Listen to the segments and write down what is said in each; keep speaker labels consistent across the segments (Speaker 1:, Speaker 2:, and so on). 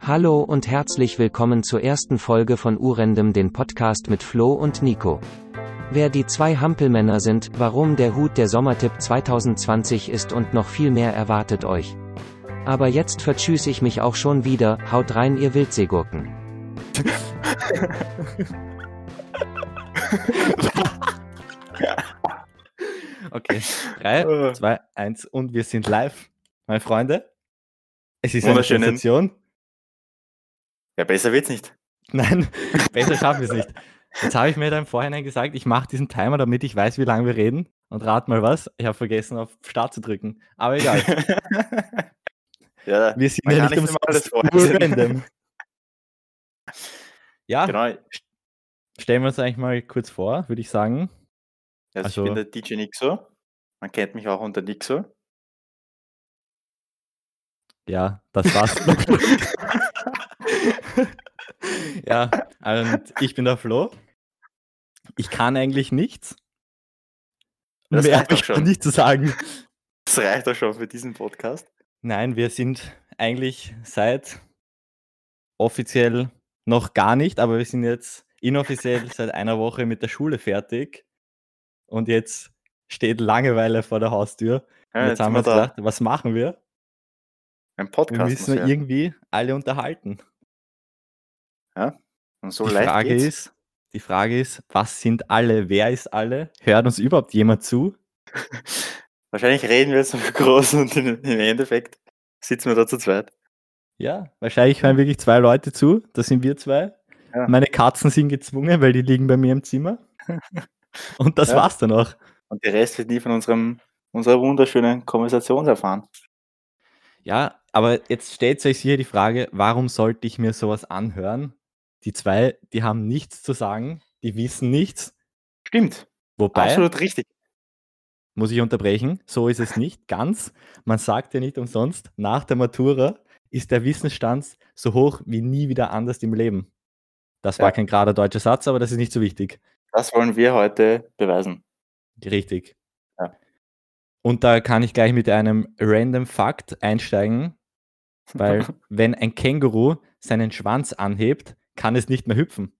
Speaker 1: Hallo und herzlich willkommen zur ersten Folge von Urendem, den Podcast mit Flo und Nico. Wer die zwei Hampelmänner sind, warum der Hut der Sommertipp 2020 ist und noch viel mehr erwartet euch. Aber jetzt vertschüß ich mich auch schon wieder, haut rein ihr Wildseegurken.
Speaker 2: Okay.
Speaker 3: Äh.
Speaker 2: Drei, zwei, eins und wir sind live, meine Freunde. Es ist eine
Speaker 3: Wunderschönen-
Speaker 2: Sensation.
Speaker 3: Ja, besser wird's nicht.
Speaker 2: Nein, besser schaffen wir es nicht. Jetzt habe ich mir da im Vorhinein gesagt, ich mache diesen Timer, damit ich weiß, wie lange wir reden. Und rat mal was, ich habe vergessen, auf Start zu drücken. Aber egal,
Speaker 3: ja,
Speaker 2: wir sind
Speaker 3: Man
Speaker 2: ja
Speaker 3: kann
Speaker 2: nicht
Speaker 3: nicht immer alles
Speaker 2: umsonst.
Speaker 3: vorhersehen.
Speaker 2: Nur random. Ja,
Speaker 3: genau. Also
Speaker 2: stellen wir uns eigentlich mal kurz vor, würde ich sagen.
Speaker 3: ich
Speaker 2: Also-
Speaker 3: bin der DJ Nixo. Man kennt mich auch unter Nixo.
Speaker 2: Ja, das war's. ja, und ich bin der Flo. Ich kann eigentlich nichts.
Speaker 3: Das
Speaker 2: Mehr
Speaker 3: reicht
Speaker 2: habe
Speaker 3: doch
Speaker 2: ich schon.
Speaker 3: schon.
Speaker 2: nicht zu sagen.
Speaker 3: Das reicht auch schon für diesen Podcast.
Speaker 2: Nein, wir sind eigentlich seit offiziell noch gar nicht, aber wir sind jetzt inoffiziell seit einer Woche mit der Schule fertig. Und jetzt steht Langeweile vor der Haustür. Und
Speaker 3: Ja,
Speaker 2: jetzt, haben wir uns gedacht, was machen wir?
Speaker 3: Ein
Speaker 2: Wir
Speaker 3: Podcast.
Speaker 2: müssen
Speaker 3: muss her.
Speaker 2: irgendwie alle unterhalten.
Speaker 3: Und so
Speaker 2: die
Speaker 3: leicht
Speaker 2: Frage
Speaker 3: geht's.
Speaker 2: ist, die Frage ist, was sind alle? Wer ist alle? Hört uns überhaupt jemand zu?
Speaker 3: Wahrscheinlich reden wir jetzt im Großen und im im Endeffekt sitzen wir da zu zweit.
Speaker 2: Ja, wahrscheinlich hören wirklich zwei Leute zu. Das sind wir zwei.
Speaker 3: Mhm. Ja.
Speaker 2: Meine Katzen sind gezwungen, weil die liegen bei mir im Zimmer. Und das
Speaker 3: Ja.
Speaker 2: war's dann auch.
Speaker 3: Und der Rest wird nie von unserem, unserer wunderschönen Konversation erfahren.
Speaker 2: Ja, aber jetzt stellt euch hier die Frage, warum sollte ich mir sowas anhören? Die zwei, die haben nichts zu sagen, die wissen nichts.
Speaker 3: Stimmt.
Speaker 2: Wobei,
Speaker 3: Absolut richtig.
Speaker 2: muss ich unterbrechen, so ist es nicht ganz. Man sagt ja nicht umsonst, nach der Matura ist der Wissensstand so hoch wie nie wieder anders im Leben. Das war
Speaker 3: Ja.
Speaker 2: kein gerader deutscher Satz, aber das ist nicht so wichtig.
Speaker 3: Das wollen wir heute beweisen.
Speaker 2: Richtig.
Speaker 3: Ja.
Speaker 2: Und da kann ich gleich mit einem random Fakt einsteigen, weil wenn ein Känguru seinen Schwanz anhebt, kann es nicht mehr hüpfen.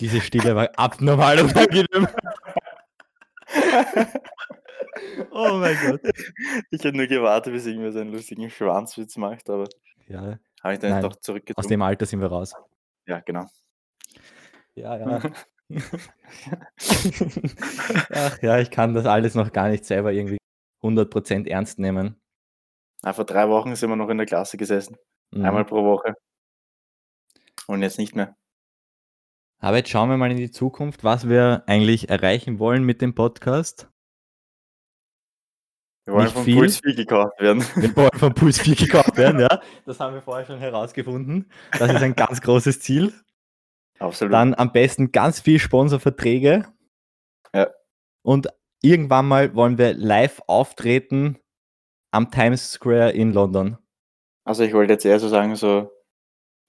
Speaker 2: Diese Stille war abnormal unangenehm. Oh mein Gott.
Speaker 3: Ich hätte nur gewartet, bis irgendwer so einen lustigen Schwanzwitz macht, aber
Speaker 2: Ja,
Speaker 3: habe ich dann
Speaker 2: Nein,
Speaker 3: doch
Speaker 2: aus
Speaker 3: zurückgezogen.
Speaker 2: dem Alter sind wir raus.
Speaker 3: Ja, genau.
Speaker 2: Ja, Ach ja, ich kann das alles noch gar nicht selber irgendwie 100% ernst nehmen.
Speaker 3: Na, vor drei Wochen sind wir noch in der Klasse gesessen.
Speaker 2: Mhm.
Speaker 3: Einmal pro Woche. Und jetzt nicht mehr.
Speaker 2: Aber jetzt schauen wir mal in die Zukunft, was wir eigentlich erreichen wollen mit dem Podcast.
Speaker 3: Wir wollen
Speaker 2: Nicht
Speaker 3: von
Speaker 2: viel.
Speaker 3: Puls viel gekauft werden.
Speaker 2: Wir wollen von Puls 4 gekauft werden, ja. Das haben wir vorher schon herausgefunden. Das ist ein ganz großes Ziel.
Speaker 3: Absolut.
Speaker 2: Dann am besten ganz viel Sponsorverträge.
Speaker 3: Ja.
Speaker 2: Und irgendwann mal wollen wir live auftreten am Times Square in London.
Speaker 3: also ich wollte jetzt eher so sagen, so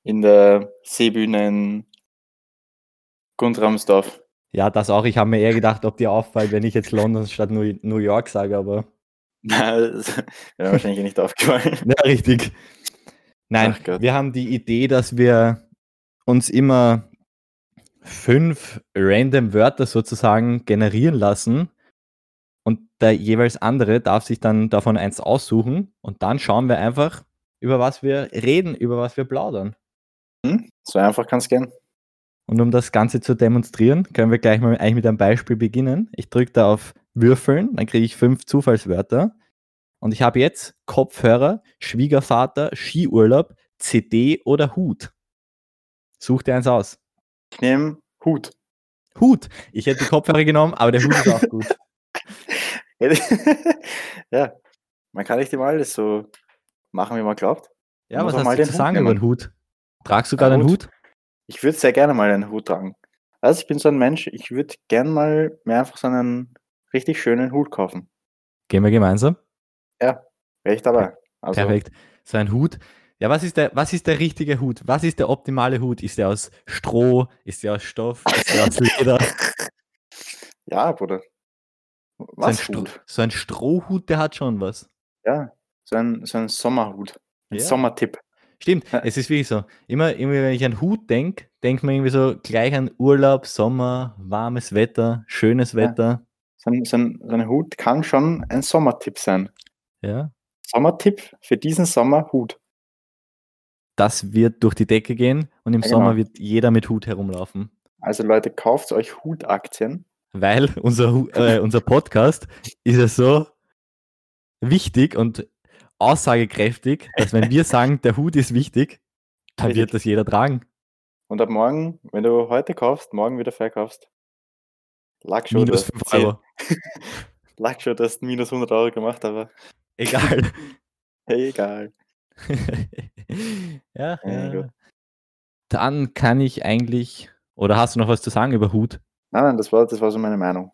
Speaker 3: in der Seebühne in Gundramsdorf.
Speaker 2: Ja, das auch. Ich habe mir eher gedacht, ob dir auffällt, wenn ich jetzt London statt New New York sage, aber.
Speaker 3: Nein, das wäre mir wahrscheinlich nicht aufgefallen.
Speaker 2: Ja, richtig. Nein,
Speaker 3: Ach Gott.
Speaker 2: wir haben die Idee, dass wir uns immer fünf random Wörter sozusagen generieren lassen und der jeweils andere darf sich dann davon eins aussuchen und dann schauen wir einfach, über was wir reden, über was wir plaudern.
Speaker 3: Hm? So einfach kann es gehen.
Speaker 2: Und um das Ganze zu demonstrieren, können wir gleich mal eigentlich mit einem Beispiel beginnen. Ich drücke da auf Würfeln, dann kriege ich fünf Zufallswörter. Und ich habe jetzt Kopfhörer, Schwiegervater, Skiurlaub, CD oder Hut. Such dir eins aus.
Speaker 3: Ich nehme Hut.
Speaker 2: Hut. Ich hätte die Kopfhörer genommen, aber der Hut ist auch gut.
Speaker 3: ja, man kann nicht immer alles so machen, wie man glaubt.
Speaker 2: Ja,
Speaker 3: Muss
Speaker 2: was
Speaker 3: auch
Speaker 2: hast
Speaker 3: mal
Speaker 2: du
Speaker 3: den
Speaker 2: zu
Speaker 3: Hut
Speaker 2: sagen über den Hut? Tragst du gerade
Speaker 3: Ein
Speaker 2: einen
Speaker 3: Hut.
Speaker 2: Hut?
Speaker 3: Ich würde sehr gerne mal einen Hut tragen. Also ich bin so ein Mensch, ich würde gern mal mir einfach so einen richtig schönen Hut kaufen.
Speaker 2: Gehen wir gemeinsam.
Speaker 3: Wäre ich dabei. Also,
Speaker 2: Perfekt. So ein Hut. Ja, was ist, der, was ist der richtige Hut? Was ist der optimale Hut? Ist der aus Stroh? Ist der aus Stoff? Ist der aus Leder?
Speaker 3: Ja, Bruder.
Speaker 2: So ein,
Speaker 3: Was?
Speaker 2: Stroh,
Speaker 3: Hut?
Speaker 2: so ein Strohhut, der hat schon was.
Speaker 3: Ja. so ein, so ein Sommerhut. Ein Äh.
Speaker 2: Ja.
Speaker 3: Sommertipp.
Speaker 2: Stimmt,
Speaker 3: Ja.
Speaker 2: es ist wirklich so. Immer, irgendwie, wenn ich an Hut denke, denkt man irgendwie so gleich an Urlaub, Sommer, warmes Wetter, schönes Wetter.
Speaker 3: So ein, so, ein, so ein Hut kann schon ein Sommertipp sein.
Speaker 2: Ja.
Speaker 3: Sommertipp für diesen Sommer Hut.
Speaker 2: Das wird durch die Decke gehen und im
Speaker 3: Ja, genau.
Speaker 2: Sommer wird jeder mit Hut herumlaufen.
Speaker 3: Also Leute, kauft euch Hutaktien.
Speaker 2: Weil unser, Hu- äh, unser Podcast ist ja so wichtig und aussagekräftig, dass wenn wir sagen, der Hut ist wichtig, dann
Speaker 3: Richtig.
Speaker 2: wird das jeder tragen.
Speaker 3: Und ab morgen, wenn du heute kaufst, morgen wieder verkaufst. Lackshow,
Speaker 2: Minus
Speaker 3: du hast
Speaker 2: 5
Speaker 3: 10
Speaker 2: Euro.
Speaker 3: Lackshow, du hast minus 100 Euro gemacht, aber
Speaker 2: Egal.
Speaker 3: hey, egal.
Speaker 2: ja,
Speaker 3: Ja, gut.
Speaker 2: ja. Dann kann ich eigentlich. Oder hast du noch was zu sagen über Hut?
Speaker 3: Nein, nein, das war, das war so meine Meinung.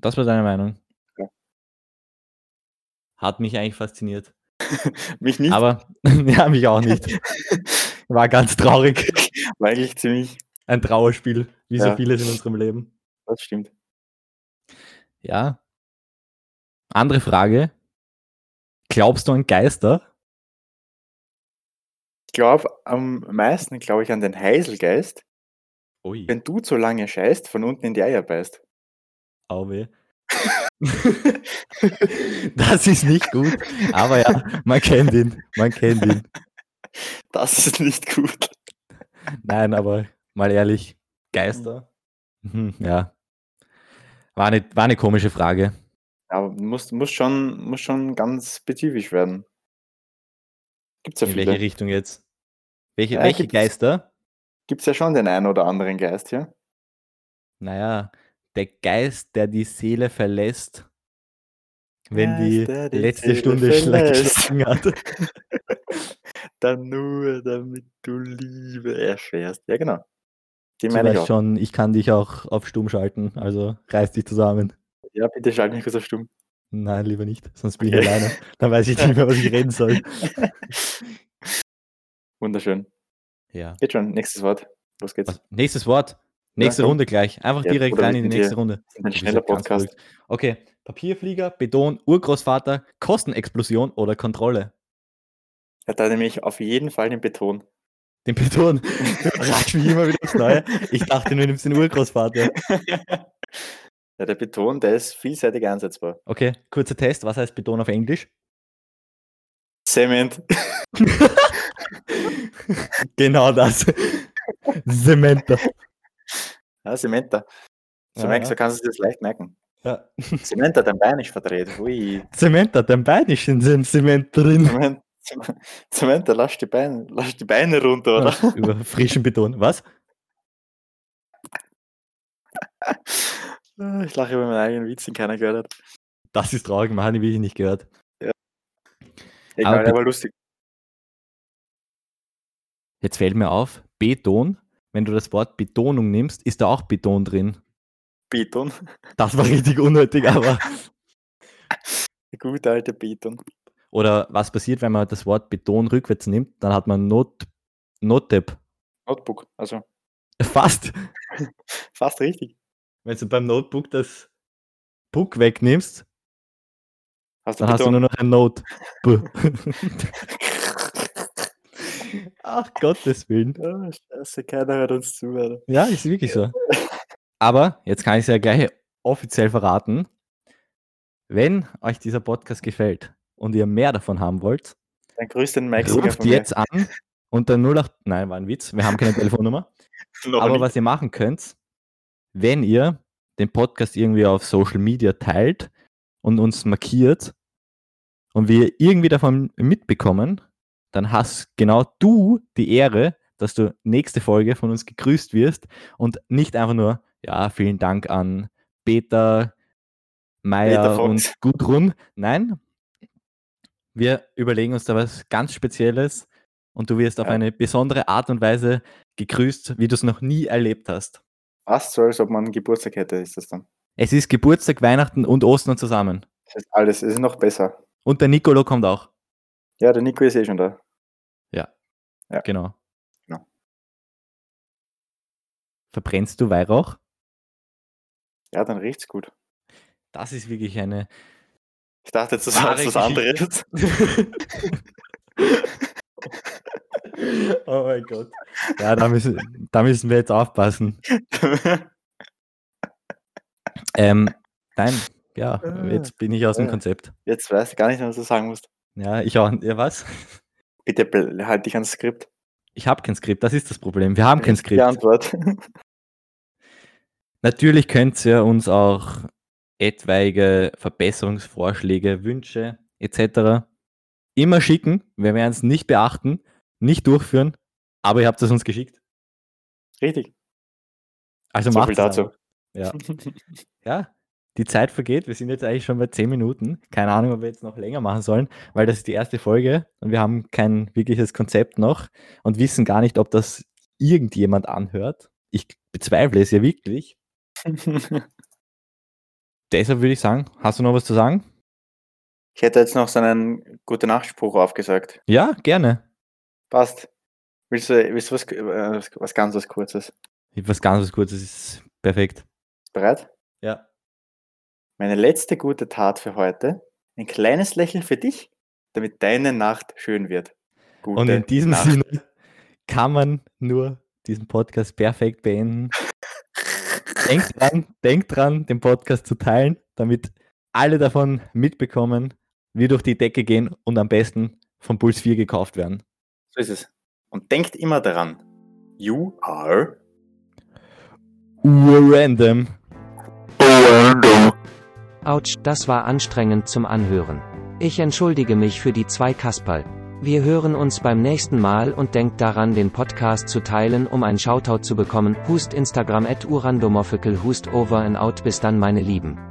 Speaker 2: Das war deine Meinung.
Speaker 3: Ja.
Speaker 2: Hat mich eigentlich fasziniert.
Speaker 3: Mich nicht,
Speaker 2: Aber ja, mich auch nicht. War ganz traurig.
Speaker 3: war eigentlich ziemlich,
Speaker 2: Ein Trauerspiel, wie so
Speaker 3: Ja.
Speaker 2: vieles in unserem Leben.
Speaker 3: das stimmt.
Speaker 2: Ja. Andere Frage. Glaubst du an Geister?
Speaker 3: Ich glaube, am meisten glaube ich an den Heiselgeist,
Speaker 2: Ui.
Speaker 3: wenn du zu lange scheißt, von unten in die Eier beißt.
Speaker 2: Auwe. das ist nicht gut, aber ja, man kennt ihn. Man kennt ihn.
Speaker 3: Das ist nicht gut.
Speaker 2: Nein, aber mal ehrlich, Geister? Mhm, ja. War eine, war eine komische Frage.
Speaker 3: Aber muss, muss, schon, muss schon ganz spezifisch werden. Gibt's ja
Speaker 2: In welche
Speaker 3: viele.
Speaker 2: Richtung jetzt? Welche,
Speaker 3: Ja,
Speaker 2: welche
Speaker 3: gibt's-
Speaker 2: Geister?
Speaker 3: Gibt's ja schon den einen oder anderen Geist hier.
Speaker 2: Naja, der Geist, der die Seele verlässt, wenn die
Speaker 3: Geist, der die
Speaker 2: letzte
Speaker 3: Seele
Speaker 2: Stunde schla-
Speaker 3: verlässt.
Speaker 2: geschlagen hat.
Speaker 3: Dann nur, damit du Liebe erfährst. Ja, genau. Die
Speaker 2: Ich
Speaker 3: meine ich
Speaker 2: weiß
Speaker 3: auch.
Speaker 2: schon, ich kann dich auch auf stumm schalten, also reiß dich zusammen.
Speaker 3: Ja, bitte schalt mich kurz auf stumm.
Speaker 2: Nein, lieber nicht, sonst bin ich
Speaker 3: Okay.
Speaker 2: alleine. Dann weiß ich nicht mehr, was ich reden soll.
Speaker 3: Wunderschön.
Speaker 2: Ja.
Speaker 3: Geht schon, nächstes Wort. Los geht's.
Speaker 2: Was? Nächstes Wort. Nächste
Speaker 3: komm.
Speaker 2: Runde gleich. Einfach
Speaker 3: Ja,
Speaker 2: direkt
Speaker 3: oder
Speaker 2: rein
Speaker 3: wir
Speaker 2: in die
Speaker 3: sind
Speaker 2: nächste
Speaker 3: hier-
Speaker 2: Runde.
Speaker 3: Das ist ein
Speaker 2: Du bist
Speaker 3: schneller
Speaker 2: ja ganz
Speaker 3: Podcast.
Speaker 2: verrückt. Okay. Papierflieger, Beton, Urgroßvater, Kostenexplosion oder Kontrolle?
Speaker 3: Er hat da nämlich auf jeden Fall den Beton.
Speaker 2: Den Beton. Du überraschst mich immer wieder aufs Neue. Ich dachte, du nimmst den Urgroßvater.
Speaker 3: Ja, der Beton, der ist vielseitig einsetzbar.
Speaker 2: Okay, kurzer Test. Was heißt Beton auf Englisch?
Speaker 3: Cement.
Speaker 2: Genau das. Sementer.
Speaker 3: Ja, Cementa. So,
Speaker 2: Ja,
Speaker 3: merkst,
Speaker 2: ja.
Speaker 3: du, kannst du das leicht merken.
Speaker 2: Ja.
Speaker 3: Cementa, dein Bein ist verdreht. Ui.
Speaker 2: Zementer, dein Bein ist in dem Zement drin.
Speaker 3: Zement, Zement- Zementa, lass die Beine, lass die Beine runter, oder?
Speaker 2: Über frischen Beton. Was?
Speaker 3: Ah, Ich lache über meinen eigenen Witz, den keiner gehört hat.
Speaker 2: Das ist traurig, man hat ihn wirklich nicht gehört.
Speaker 3: Egal,
Speaker 2: Aber
Speaker 3: der war lustig.
Speaker 2: Jetzt fällt mir auf, Beton, wenn du das Wort Betonung nimmst, ist da auch Beton drin.
Speaker 3: Beton.
Speaker 2: Das war richtig unnötig, aber.
Speaker 3: Der gute alte Beton.
Speaker 2: Oder was passiert, wenn man das Wort Beton rückwärts nimmt, dann hat man Not, Notep.
Speaker 3: Notebook. Also,
Speaker 2: Fast.
Speaker 3: fast richtig.
Speaker 2: Wenn du beim Notebook das Book wegnimmst,
Speaker 3: Hast du
Speaker 2: dann hast du
Speaker 3: Beton?
Speaker 2: nur noch ein Note. Ach Gottes Willen.
Speaker 3: Oh, scheiße, keiner hört uns zu. Alter.
Speaker 2: Ja, ist wirklich so. Aber jetzt kann ich es ja gleich offiziell verraten. Wenn euch dieser Podcast gefällt und ihr mehr davon haben wollt,
Speaker 3: Dann grüß den Mexiker
Speaker 2: ruft
Speaker 3: mir.
Speaker 2: jetzt an unter 08. Nein, war ein Witz. Wir haben keine Telefonnummer.
Speaker 3: Noch
Speaker 2: Aber
Speaker 3: nicht.
Speaker 2: was ihr machen könnt, wenn ihr den Podcast irgendwie auf Social Media teilt und uns markiert und wir irgendwie davon mitbekommen, dann hast genau du die Ehre, dass du nächste Folge von uns gegrüßt wirst und nicht einfach nur, ja, vielen Dank an Peter,
Speaker 3: Peter
Speaker 2: Meier
Speaker 3: Fox.
Speaker 2: und Gudrun. Nein, wir überlegen uns da was ganz Spezielles und du wirst auf
Speaker 3: Ja.
Speaker 2: eine besondere Art und Weise gegrüßt, wie du es noch nie erlebt hast.
Speaker 3: Fast so, als ob man Geburtstag hätte, ist das dann.
Speaker 2: Es ist Geburtstag, Weihnachten und Ostern zusammen.
Speaker 3: Das ist alles, es ist noch besser.
Speaker 2: Und der Nicolo kommt auch.
Speaker 3: Ja, der Nico ist eh schon da. Ja.
Speaker 2: Genau.
Speaker 3: Genau.
Speaker 2: Verbrennst du Weihrauch?
Speaker 3: Ja, dann riecht's gut.
Speaker 2: Das ist wirklich eine
Speaker 3: Ich dachte, jetzt ist
Speaker 4: Wahre
Speaker 3: was anderes.
Speaker 2: Oh mein Gott. Ja, da müssen, da müssen wir jetzt aufpassen. Ähm, nein, ja, jetzt bin ich aus dem
Speaker 3: Ah.
Speaker 2: Konzept.
Speaker 3: jetzt weißt du gar nicht mehr, was du sagen musst.
Speaker 2: Ja, ich auch. Ja, was?
Speaker 3: Bitte bl- halt dich ans Skript.
Speaker 2: Ich habe kein Skript, das ist das Problem. Wir haben kein
Speaker 3: Die
Speaker 2: Skript.
Speaker 3: Antwort.
Speaker 2: Natürlich könnt ihr uns auch etwaige Verbesserungsvorschläge, Wünsche etc. immer schicken. Wir werden es nicht beachten, nicht durchführen, aber ihr habt es uns geschickt.
Speaker 3: Richtig.
Speaker 2: Also
Speaker 3: so
Speaker 2: macht
Speaker 3: viel
Speaker 2: es
Speaker 3: dazu.
Speaker 2: einfach. Ja. ja, die Zeit vergeht. Wir sind jetzt eigentlich schon bei 10 Minuten. Keine Ahnung, ob wir jetzt noch länger machen sollen, weil das ist die erste Folge und wir haben kein wirkliches Konzept noch und wissen gar nicht, ob das irgendjemand anhört. Ich bezweifle es ja wirklich. Deshalb würde ich sagen, hast du noch was zu sagen?
Speaker 3: Ich hätte jetzt noch so einen Gute-Nacht-Spruch aufgesagt.
Speaker 2: Ja, gerne.
Speaker 3: Passt. Willst du, willst du was, äh, was ganz was Kurzes?
Speaker 2: Was ganz was Kurzes ist perfekt.
Speaker 3: Bereit?
Speaker 2: Ja.
Speaker 3: Meine letzte gute Tat für heute. Ein kleines Lächeln für dich, damit deine Nacht schön wird. Gute
Speaker 2: Und in diesem
Speaker 3: Nacht.
Speaker 2: Sinne kann man nur diesen Podcast perfekt beenden. denkt dran, denkt dran, den Podcast zu teilen, damit alle davon mitbekommen, wir durch die Decke gehen und am besten von Puls 4 gekauft werden.
Speaker 3: So ist es. Und denkt immer daran. You are
Speaker 2: Urrandom.
Speaker 1: Autsch, das war anstrengend zum Anhören. Ich entschuldige mich für die zwei Kasperl. Wir hören uns beim nächsten Mal und denkt daran, den Podcast zu teilen, um ein Shoutout zu bekommen. Hust Instagram at urandomoffical, hust over and out. Bis dann, meine Lieben.